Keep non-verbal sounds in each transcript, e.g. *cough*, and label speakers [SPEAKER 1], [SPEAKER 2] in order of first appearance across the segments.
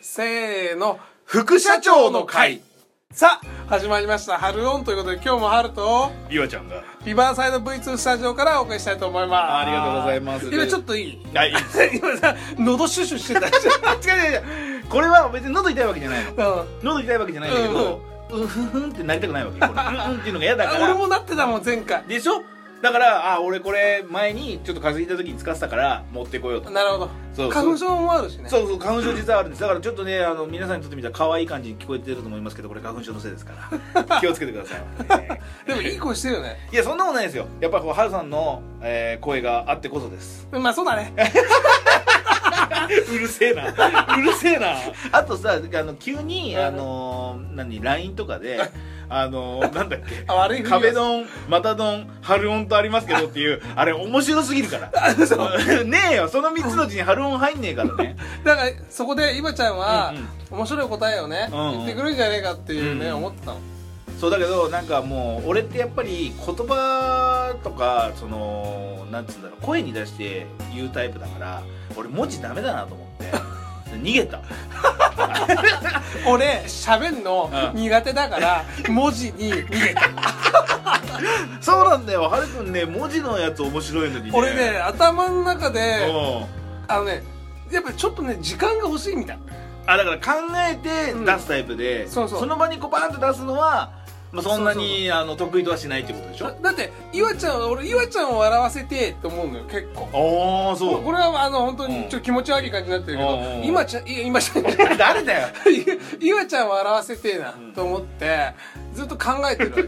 [SPEAKER 1] せーの副社長の会さあ始まりました「春オン」ということで今日も春と
[SPEAKER 2] りわちゃんが
[SPEAKER 1] リバーサイド V2 スタジオからお送りしたいと思います
[SPEAKER 2] ありがとうございます
[SPEAKER 1] 今ちょっとい *laughs* い
[SPEAKER 2] あいい *laughs*
[SPEAKER 1] 今さ喉シュシュしてた
[SPEAKER 2] 違う違う違うこれは別に喉痛いわけじゃないの
[SPEAKER 1] うん
[SPEAKER 2] 喉痛いわけじゃないんだけどうんふんふんってなりたくないわけ
[SPEAKER 1] *laughs*
[SPEAKER 2] よこれうんうんっていうのが嫌だか
[SPEAKER 1] あ俺
[SPEAKER 2] ら
[SPEAKER 1] もなってたもん前回
[SPEAKER 2] でしょだからあ俺これ前にちょっと風邪ひいた時に使ってたから持ってこようと
[SPEAKER 1] なるほ
[SPEAKER 2] そ
[SPEAKER 1] ど
[SPEAKER 2] う
[SPEAKER 1] 花粉症もあるしね
[SPEAKER 2] そうそう花粉症実はあるんですだからちょっとねあの皆さんにとってみたら可愛い感じに聞こえてると思いますけどこれ花粉症のせいですか
[SPEAKER 1] *laughs*
[SPEAKER 2] ら気をつけてください、え
[SPEAKER 1] でもいい声してるよね
[SPEAKER 2] ーいやそんなことないですよやっぱりこうハルさんの、えー声があってこそです
[SPEAKER 1] まあそうだ
[SPEAKER 2] *laughs*
[SPEAKER 1] ね
[SPEAKER 2] うるせえなうるせえなあとさあの急にあのー何 LINE とか *laughs* であのーなんだっけ
[SPEAKER 1] あ悪いふりを
[SPEAKER 2] 壁ドン、またドン、春音とありますけどって *laughs* いう、あれ面白すぎるから。 *laughs* ねえよ、その3つのうちに春音入んねえから *laughs* ね。
[SPEAKER 1] だからそこでイバちゃんは
[SPEAKER 2] うん
[SPEAKER 1] 面白い答えをね
[SPEAKER 2] うんうん
[SPEAKER 1] 言ってくるんじゃねえかっていうね
[SPEAKER 2] うん
[SPEAKER 1] 思ってたの
[SPEAKER 2] そうだけど、なんかもう、俺ってやっぱり言葉とか、その、なんつうんだろう、声に出して言うタイプだから、俺文字ダメだなと思って、 *laughs* 逃げた。
[SPEAKER 1] 俺喋んの
[SPEAKER 2] うん
[SPEAKER 1] 苦手だから文字に逃げた
[SPEAKER 2] そうなんだよ、はるくんね、文字のやつ面白いのにね。
[SPEAKER 1] 俺ね、頭の中
[SPEAKER 2] う
[SPEAKER 1] で
[SPEAKER 2] ん。
[SPEAKER 1] あのねやっぱちょっとね時間が欲しいみたい
[SPEAKER 2] あだから考えて出すタイプで、
[SPEAKER 1] んそうそう
[SPEAKER 2] の場にこうバーンと出すのは、まあ、そんなに
[SPEAKER 1] そうそ
[SPEAKER 2] あの得意とはしないってことでし
[SPEAKER 1] だ
[SPEAKER 2] ょ
[SPEAKER 1] だってイワちゃんは俺イワちゃんを笑わせてって思うのよ結構
[SPEAKER 2] ああそ
[SPEAKER 1] これはあの本当
[SPEAKER 2] うん
[SPEAKER 1] にちょっと気持ち悪い感じになってるけ
[SPEAKER 2] うんうんう
[SPEAKER 1] ど
[SPEAKER 2] ん
[SPEAKER 1] 今ちゃんいや今ちゃん *laughs*
[SPEAKER 2] 誰だよ
[SPEAKER 1] イワちゃんを笑わせてえな
[SPEAKER 2] うん
[SPEAKER 1] と思ってずっと考えてるわけよ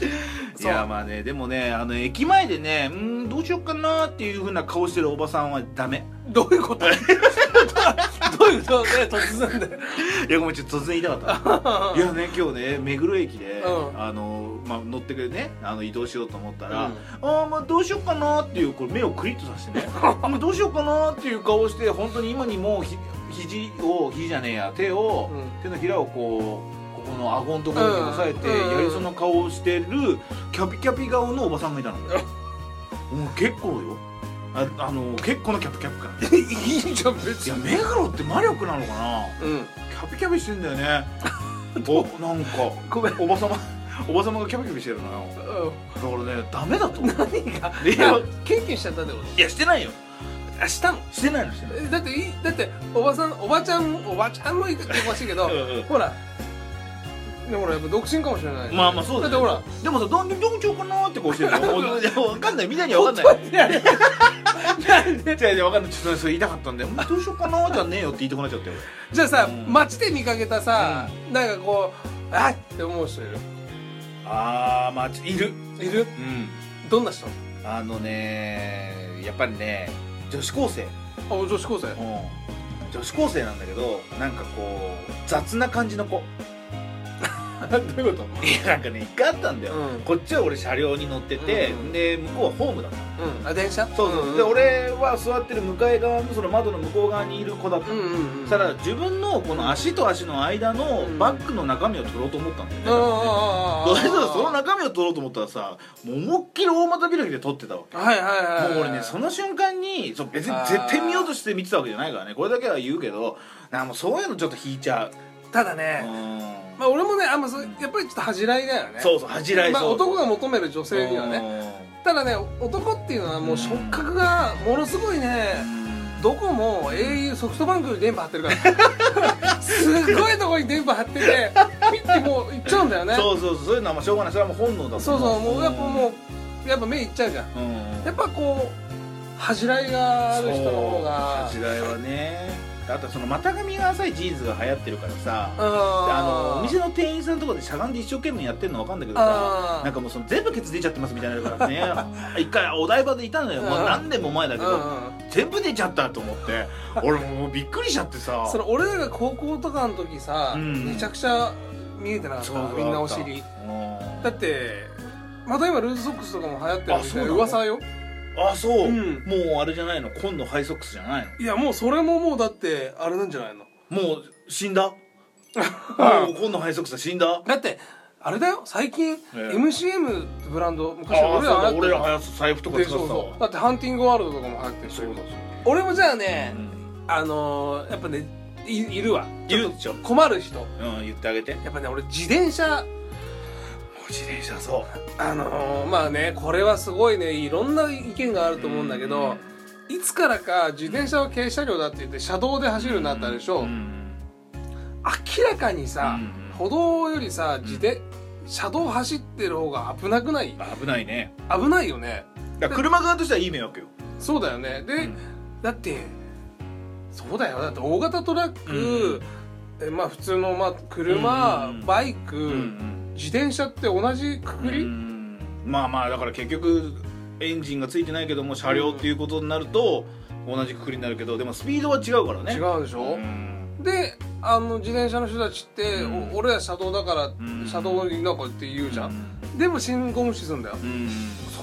[SPEAKER 2] *laughs* い
[SPEAKER 1] そう
[SPEAKER 2] やまあねでもねあの駅前でねうーんどうしようかなっていうふうな顔してるおばさんはダメ
[SPEAKER 1] どういう
[SPEAKER 2] *laughs*
[SPEAKER 1] ことどういうことね突然で
[SPEAKER 2] *laughs* いやごめんちょっと突然言いたかっ
[SPEAKER 1] *laughs*
[SPEAKER 2] たいやね今日ね目黒駅で、
[SPEAKER 1] うん
[SPEAKER 2] あのまあ、乗ってくれねあの移動しようと思ったら、
[SPEAKER 1] うん
[SPEAKER 2] あーまあどうしようかなっていうこれ目をクリッとさ
[SPEAKER 1] *laughs*
[SPEAKER 2] せてねもうどうしようかなっていう顔して本当に今にもうひ肘を肘じゃねえや手を、
[SPEAKER 1] うん
[SPEAKER 2] 手のひらをこうここの顎のところに押さえて、
[SPEAKER 1] うん
[SPEAKER 2] やりそうな顔をしてるキャピキャピ顔のおばさんがいたのもう結構よああの結構のキャピキャピかな
[SPEAKER 1] いいじゃん *laughs* 別
[SPEAKER 2] いや
[SPEAKER 1] に
[SPEAKER 2] 目黒って魔力なのかな
[SPEAKER 1] うん
[SPEAKER 2] キャピキャピしてんだよ *laughs* ねおなんか
[SPEAKER 1] ごめん
[SPEAKER 2] おばさまおばさまがキャピキャピしてるのよだからねダメだと思う
[SPEAKER 1] 何が
[SPEAKER 2] いや
[SPEAKER 1] キュンキュンしちゃったってこ
[SPEAKER 2] いやしてないよ
[SPEAKER 1] とあしたの
[SPEAKER 2] してないのしてない
[SPEAKER 1] えだっていだっておばさんおばちゃんおばちゃんも言ってほしいけど
[SPEAKER 2] うんうん
[SPEAKER 1] ほらでもほらやっぱ独身かもしれない
[SPEAKER 2] まあまあそうだ
[SPEAKER 1] だ
[SPEAKER 2] よ
[SPEAKER 1] ってほら
[SPEAKER 2] でもさどんどんどんちょうかなーってこうしてるよも *laughs* ういやわかんないみんなにはわかんない
[SPEAKER 1] いやいや
[SPEAKER 2] じゃあわかんないちょっとそれ言いたかったんでもうどうしようかなーじゃねえよって言いたくなっちゃったよ
[SPEAKER 1] *laughs* じゃあさ
[SPEAKER 2] うん
[SPEAKER 1] 街で見かけたさなんかこうあっって思う人いる
[SPEAKER 2] あーまあいる
[SPEAKER 1] いる
[SPEAKER 2] うん
[SPEAKER 1] どんな人
[SPEAKER 2] あのねやっぱりね女子高生
[SPEAKER 1] あ女子高生
[SPEAKER 2] うん女子高生なんだけどなんかこう雑な感じの子
[SPEAKER 1] *laughs* どういうこ
[SPEAKER 2] いやなんかね一回あったんだよ、
[SPEAKER 1] うん
[SPEAKER 2] こっちは俺車両に乗ってて、
[SPEAKER 1] うん
[SPEAKER 2] で向こうはホームだった
[SPEAKER 1] とうんあ電車
[SPEAKER 2] そうそう、
[SPEAKER 1] ん
[SPEAKER 2] で俺は座ってる向かい側のその窓の向こう側にいる子だった
[SPEAKER 1] うんうんうん
[SPEAKER 2] したら自分のこの足と足の間の
[SPEAKER 1] うん
[SPEAKER 2] バッグの中身を取ろうと思ったんだ
[SPEAKER 1] うんうんうんう
[SPEAKER 2] よね、
[SPEAKER 1] んうん
[SPEAKER 2] それでその中身を取ろうと思ったらさもう思いっきり大股開きで取ってたわけ
[SPEAKER 1] はいはいはいはい
[SPEAKER 2] もう俺ねその瞬間にそう別に絶対見ようとして見てたわけじゃないからねこれだけは言うけどなんかもうそういうのちょっと引いちゃう、
[SPEAKER 1] ただ
[SPEAKER 2] う
[SPEAKER 1] ね
[SPEAKER 2] ん
[SPEAKER 1] まあ俺もねあんまそうやっぱりちょっと恥じらいだよね
[SPEAKER 2] そうそう恥じらいそう、
[SPEAKER 1] まあ、男が求める女性にはね
[SPEAKER 2] ね
[SPEAKER 1] ただね男っていうのはもう触覚がものすごいねどこも au ソフトバンクより電波張ってるから
[SPEAKER 2] *laughs*
[SPEAKER 1] すごいとこに電波張っててピッてもう行っちゃうんだよねそう
[SPEAKER 2] そうそうそうそういうのはまあしょうがないそれはもう本能だもん
[SPEAKER 1] そうもうやっぱもうやっぱ目いっちゃうじゃん
[SPEAKER 2] うん、
[SPEAKER 1] やっぱこう恥じらいがある人の方が
[SPEAKER 2] そう時代はねあとその股上が浅いジーンズが流行ってるからさ
[SPEAKER 1] うん
[SPEAKER 2] あのお店の店員さんのとこでしゃがんで一生懸命やってるのわかんだけどさ
[SPEAKER 1] あー
[SPEAKER 2] なんかもうその全部ケツ出ちゃってますみたいなのからね
[SPEAKER 1] *laughs*
[SPEAKER 2] 一回お台場でいたのよもう
[SPEAKER 1] うん
[SPEAKER 2] 何年も前だけ
[SPEAKER 1] うん
[SPEAKER 2] ど
[SPEAKER 1] うん
[SPEAKER 2] 全部出ちゃったと思って俺もうびっくりしちゃって
[SPEAKER 1] *laughs*
[SPEAKER 2] さ
[SPEAKER 1] その俺らが高校とかの時さ、
[SPEAKER 2] うん
[SPEAKER 1] めちゃくちゃ見えてなかっ
[SPEAKER 2] そ
[SPEAKER 1] た
[SPEAKER 2] うそう
[SPEAKER 1] みんなお尻
[SPEAKER 2] うん
[SPEAKER 1] だってまた今ルーズソックスとかも流行ってる
[SPEAKER 2] あ
[SPEAKER 1] み
[SPEAKER 2] そ
[SPEAKER 1] たい
[SPEAKER 2] うな
[SPEAKER 1] な
[SPEAKER 2] の
[SPEAKER 1] 噂よ
[SPEAKER 2] あそう、
[SPEAKER 1] うん
[SPEAKER 2] もうあれじゃないの今度ハイソックスじゃない
[SPEAKER 1] い
[SPEAKER 2] の
[SPEAKER 1] やもうそれももうだってあれなんじゃないの
[SPEAKER 2] もう死んだもう今度ハイソックスは死んだ
[SPEAKER 1] だってあれだよ最近、
[SPEAKER 2] ええ
[SPEAKER 1] MCM ってブランド
[SPEAKER 2] あ
[SPEAKER 1] 昔
[SPEAKER 2] あーそう
[SPEAKER 1] 俺ら
[SPEAKER 2] だ
[SPEAKER 1] 流行って
[SPEAKER 2] 俺
[SPEAKER 1] る
[SPEAKER 2] ら流行ってた財布とか
[SPEAKER 1] で
[SPEAKER 2] 使
[SPEAKER 1] そ
[SPEAKER 2] って
[SPEAKER 1] う
[SPEAKER 2] た
[SPEAKER 1] そ
[SPEAKER 2] わ
[SPEAKER 1] うだってハンティングワールドとかも流行ってるし
[SPEAKER 2] そうだそう
[SPEAKER 1] 俺もじゃあね、
[SPEAKER 2] うん
[SPEAKER 1] あのー、やっぱねいいるわ
[SPEAKER 2] いるでしょ
[SPEAKER 1] 困る人
[SPEAKER 2] うん言ってあげて
[SPEAKER 1] やっぱね俺自転車
[SPEAKER 2] 自転車そ
[SPEAKER 1] あのーまあねこれはすごいねいろんな意見がある
[SPEAKER 2] う
[SPEAKER 1] と思うんだけど、いつからか自転車は軽車両だって言って車道で走るようになったでしょ、
[SPEAKER 2] うん
[SPEAKER 1] 明らかにさ、
[SPEAKER 2] うん
[SPEAKER 1] 歩道よりさ自転車道走ってる方が危なくない
[SPEAKER 2] 危ないね
[SPEAKER 1] 危ないよね
[SPEAKER 2] だから車側としてはいい迷惑よ
[SPEAKER 1] そうだよねで、
[SPEAKER 2] うん
[SPEAKER 1] だってそうだよだって大型トラック、えまあ普通の、まあ、車、
[SPEAKER 2] うん
[SPEAKER 1] バイク、
[SPEAKER 2] うん
[SPEAKER 1] 自転車って同じくくり、
[SPEAKER 2] うんまあまあだから結局エンジンがついてないけども車両っていうことになると同じくくりになるけどでもスピードは違うからね
[SPEAKER 1] 違うでしょ、
[SPEAKER 2] うん
[SPEAKER 1] であの自転車の人たちって、
[SPEAKER 2] うん
[SPEAKER 1] お俺ら車道だから、
[SPEAKER 2] ん
[SPEAKER 1] 車道になんかって言うじゃん、でも信号無視するんだよ
[SPEAKER 2] うん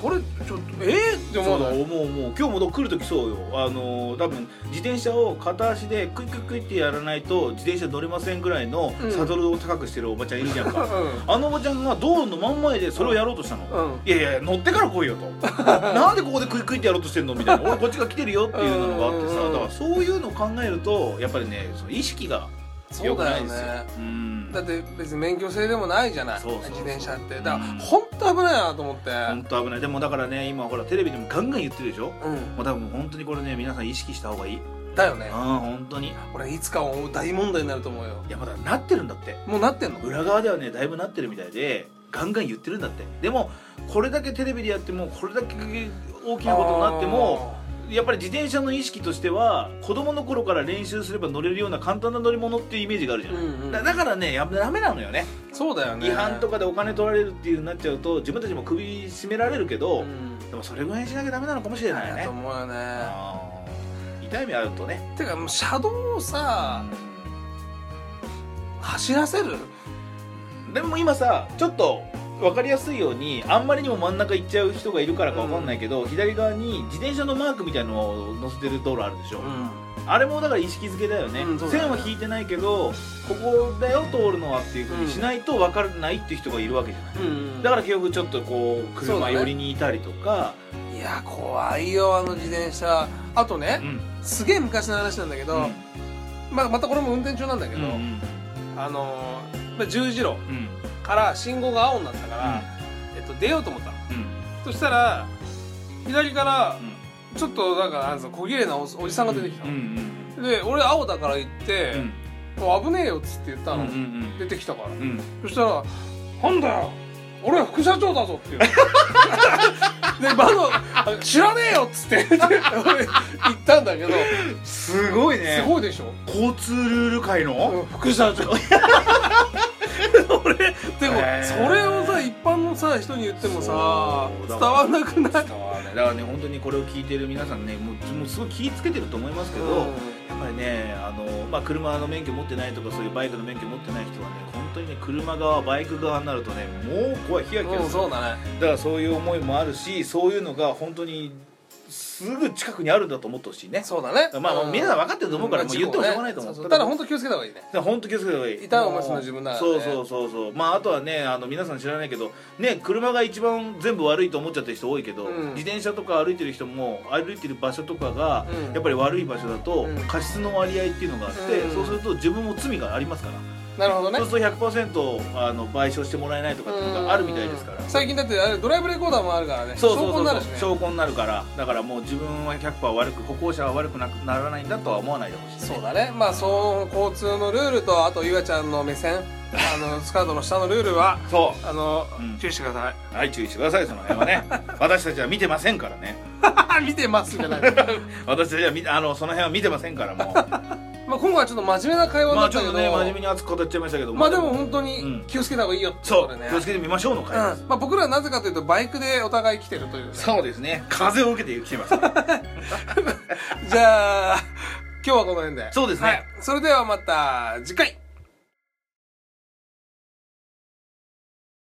[SPEAKER 1] それちょっとえー、って
[SPEAKER 2] そ
[SPEAKER 1] 思
[SPEAKER 2] う
[SPEAKER 1] う
[SPEAKER 2] だ
[SPEAKER 1] の
[SPEAKER 2] 思う思う今日もど来る時そうよあのー多分自転車を片足でクイクイクイってやらないと自転車乗れませんぐらいの
[SPEAKER 1] うん
[SPEAKER 2] サドルを高くしてるおばちゃんいるじゃんか、 *laughs* あのおばちゃんが道路の真ん前でそれをやろうとしたの、
[SPEAKER 1] うん、うん
[SPEAKER 2] いやいや乗ってから来いよ
[SPEAKER 1] *laughs*
[SPEAKER 2] となんでここでクイクイってやろうとしてんのみたいな俺こっちが来てるよっていうのがあって
[SPEAKER 1] うんうんう
[SPEAKER 2] さ
[SPEAKER 1] ん
[SPEAKER 2] だからそういうのを考えるとやっぱりねその意識が
[SPEAKER 1] そ
[SPEAKER 2] 良
[SPEAKER 1] う
[SPEAKER 2] く
[SPEAKER 1] だ
[SPEAKER 2] な
[SPEAKER 1] よ
[SPEAKER 2] いですよ
[SPEAKER 1] ね
[SPEAKER 2] うん
[SPEAKER 1] だって別に免許制でもないじゃない
[SPEAKER 2] そうそうそう
[SPEAKER 1] 自転車ってだから
[SPEAKER 2] うん
[SPEAKER 1] 本当危ないなと思って
[SPEAKER 2] 本当危ないでもだからね今ほらテレビでもガンガン言ってるでしょ
[SPEAKER 1] うん
[SPEAKER 2] もう多分本当にこれね皆さん意識した方がいい
[SPEAKER 1] だよね
[SPEAKER 2] ああ本当にい
[SPEAKER 1] 俺いつかは大問題になると思うよ
[SPEAKER 2] やまだなってるんだって
[SPEAKER 1] もうなってんの
[SPEAKER 2] 裏側ではねだいぶなってるみたいでガンガン言ってるんだってでもこれだけテレビでやってもこれだけ大きなことになってもやっぱり自転車の意識としては子供の頃から練習すれば乗れるような簡単な乗り物っていうイメージがあるじ
[SPEAKER 1] あ
[SPEAKER 2] ゃ
[SPEAKER 1] ー
[SPEAKER 2] な
[SPEAKER 1] う
[SPEAKER 2] い、
[SPEAKER 1] んうん
[SPEAKER 2] だだからねやダメなのよね
[SPEAKER 1] そうだよね
[SPEAKER 2] 違反と
[SPEAKER 1] か
[SPEAKER 2] かでお金取られるっていうになっちゃうと自分たちも首絞められるけど、でもそれぐらいにしなきゃダメなのかもしれないよ
[SPEAKER 1] だ
[SPEAKER 2] ね
[SPEAKER 1] と思うよね
[SPEAKER 2] あー痛い目あるとね
[SPEAKER 1] てかもう車道をさ走らせる
[SPEAKER 2] でも今さちょっと分かりやすいようにあんまりにも真ん中行っちゃう人がいるからか分かんないけど、左側に自転車のマークみたいのを載せてる道路あるでしょ、
[SPEAKER 1] う
[SPEAKER 2] あれもだから意識づけだよね,、
[SPEAKER 1] うんそうだね
[SPEAKER 2] 線は引いてないけどここだよ通るのはっていうふうにしないと分からないっていう人がいるわけじゃない、
[SPEAKER 1] ん
[SPEAKER 2] だから結局ちょっとこう
[SPEAKER 1] そうだ
[SPEAKER 2] 車
[SPEAKER 1] ね
[SPEAKER 2] 寄りにいたりとか
[SPEAKER 1] いや怖いよあの自転車あとね、
[SPEAKER 2] ん
[SPEAKER 1] すげえ昔の話なんだけど、まあ、またこれも運転中なんだけ
[SPEAKER 2] うん
[SPEAKER 1] ど、
[SPEAKER 2] うん
[SPEAKER 1] あのーまあ、十字路
[SPEAKER 2] うん
[SPEAKER 1] から信号が青になったから、えっと、出ようと思ったのそしたら左からちょっとなんかなんつうの小綺麗なおおじさんが出てきた
[SPEAKER 2] う
[SPEAKER 1] の、
[SPEAKER 2] んうん
[SPEAKER 1] で俺青だから行って
[SPEAKER 2] うん
[SPEAKER 1] 「もう危ねえよ」っつって言ったの、
[SPEAKER 2] うんうん
[SPEAKER 1] 出てきたから
[SPEAKER 2] うんうん
[SPEAKER 1] そしたら「なんだよ俺は副社長だぞ」って言う
[SPEAKER 2] *laughs*
[SPEAKER 1] ので窓「知らねえよ」っつって俺言ったんだけどす
[SPEAKER 2] すごいね
[SPEAKER 1] ごいでしょ
[SPEAKER 2] 交通ルール界の
[SPEAKER 1] 副社長俺でも
[SPEAKER 2] へー
[SPEAKER 1] それをさ一般のさ人に言ってもさ
[SPEAKER 2] そう
[SPEAKER 1] 伝
[SPEAKER 2] だ
[SPEAKER 1] わ
[SPEAKER 2] わ
[SPEAKER 1] んなくない
[SPEAKER 2] 伝わらないだからね本当にこれを聞いてる皆さんねもうもうすごい気ぃつけてると思いますけど、やっぱりねあの、まあ、車の免許持ってないとかそういうバイクの免許持ってない人はね本当にね車側バイク側になるとねもう怖いヒヤヒ
[SPEAKER 1] うん
[SPEAKER 2] ヤする、
[SPEAKER 1] そうだね
[SPEAKER 2] だからそういう思いもあるしそういうのが本当にすぐ近くにあるんだと思ってほしいね
[SPEAKER 1] そうだね
[SPEAKER 2] まあ、まあ皆さん分かってると思うから、
[SPEAKER 1] ん
[SPEAKER 2] もう言ってもしょうがないと思う,、
[SPEAKER 1] そうそうただ本当気をつけた方がいいね
[SPEAKER 2] だから本当気をつけた方がいい
[SPEAKER 1] 痛い思いするの自分だからね
[SPEAKER 2] そうそうそうそうまああとはねあの皆さん知らないけどね車が一番全部悪いと思っちゃってる人多いけど、
[SPEAKER 1] うん
[SPEAKER 2] 自転車とか歩いてる人も歩いてる場所とかが、
[SPEAKER 1] うん
[SPEAKER 2] やっぱり悪い場所だと、
[SPEAKER 1] うん
[SPEAKER 2] 過失の割合っていうのがあって、
[SPEAKER 1] うん
[SPEAKER 2] そうすると自分も罪がありますから、
[SPEAKER 1] なるほどね
[SPEAKER 2] そうすると100%あの賠償してもらえないとかっていうのがあるみたいです
[SPEAKER 1] う
[SPEAKER 2] から、
[SPEAKER 1] ん最近だってあれドライブレコーダーもあるからね
[SPEAKER 2] そうそう
[SPEAKER 1] 証拠
[SPEAKER 2] そう
[SPEAKER 1] にな
[SPEAKER 2] そう
[SPEAKER 1] るしね
[SPEAKER 2] 証拠になるからだからもう自分は100%悪く歩行者は悪くなくならないんだとは思わないでほしい、ね、
[SPEAKER 1] そうだねまあその交通のルールとあとゆあちゃんの目線あのスカートの下のルールは
[SPEAKER 2] そ
[SPEAKER 1] あの、
[SPEAKER 2] うん
[SPEAKER 1] 注意してくださいう
[SPEAKER 2] はい注意してくださいその
[SPEAKER 1] *laughs*
[SPEAKER 2] 辺はね私たちは見てませんからね
[SPEAKER 1] あ見てますじゃない *laughs* まあ
[SPEAKER 2] 私たちは見あの *laughs* その辺は見てませんからも
[SPEAKER 1] 今
[SPEAKER 2] う
[SPEAKER 1] 回はちょっと真面目な会話に
[SPEAKER 2] ま
[SPEAKER 1] な
[SPEAKER 2] あ
[SPEAKER 1] っ
[SPEAKER 2] ち
[SPEAKER 1] た
[SPEAKER 2] ょ
[SPEAKER 1] け
[SPEAKER 2] っ
[SPEAKER 1] ど
[SPEAKER 2] とね真面目に熱く語っちゃいましたけど
[SPEAKER 1] まあでも本当
[SPEAKER 2] う
[SPEAKER 1] に
[SPEAKER 2] ん
[SPEAKER 1] 気をつけた方がいいよって
[SPEAKER 2] そ
[SPEAKER 1] こ
[SPEAKER 2] う
[SPEAKER 1] とでね、
[SPEAKER 2] 気をつけてみましょうの回です、
[SPEAKER 1] うんまあ、僕らはなぜかというとバイクでお互い来てるというね、
[SPEAKER 2] そうですね風を受けてきてますから
[SPEAKER 1] じゃあ今日はこの辺で
[SPEAKER 2] そうですね
[SPEAKER 1] はい、それではまた次回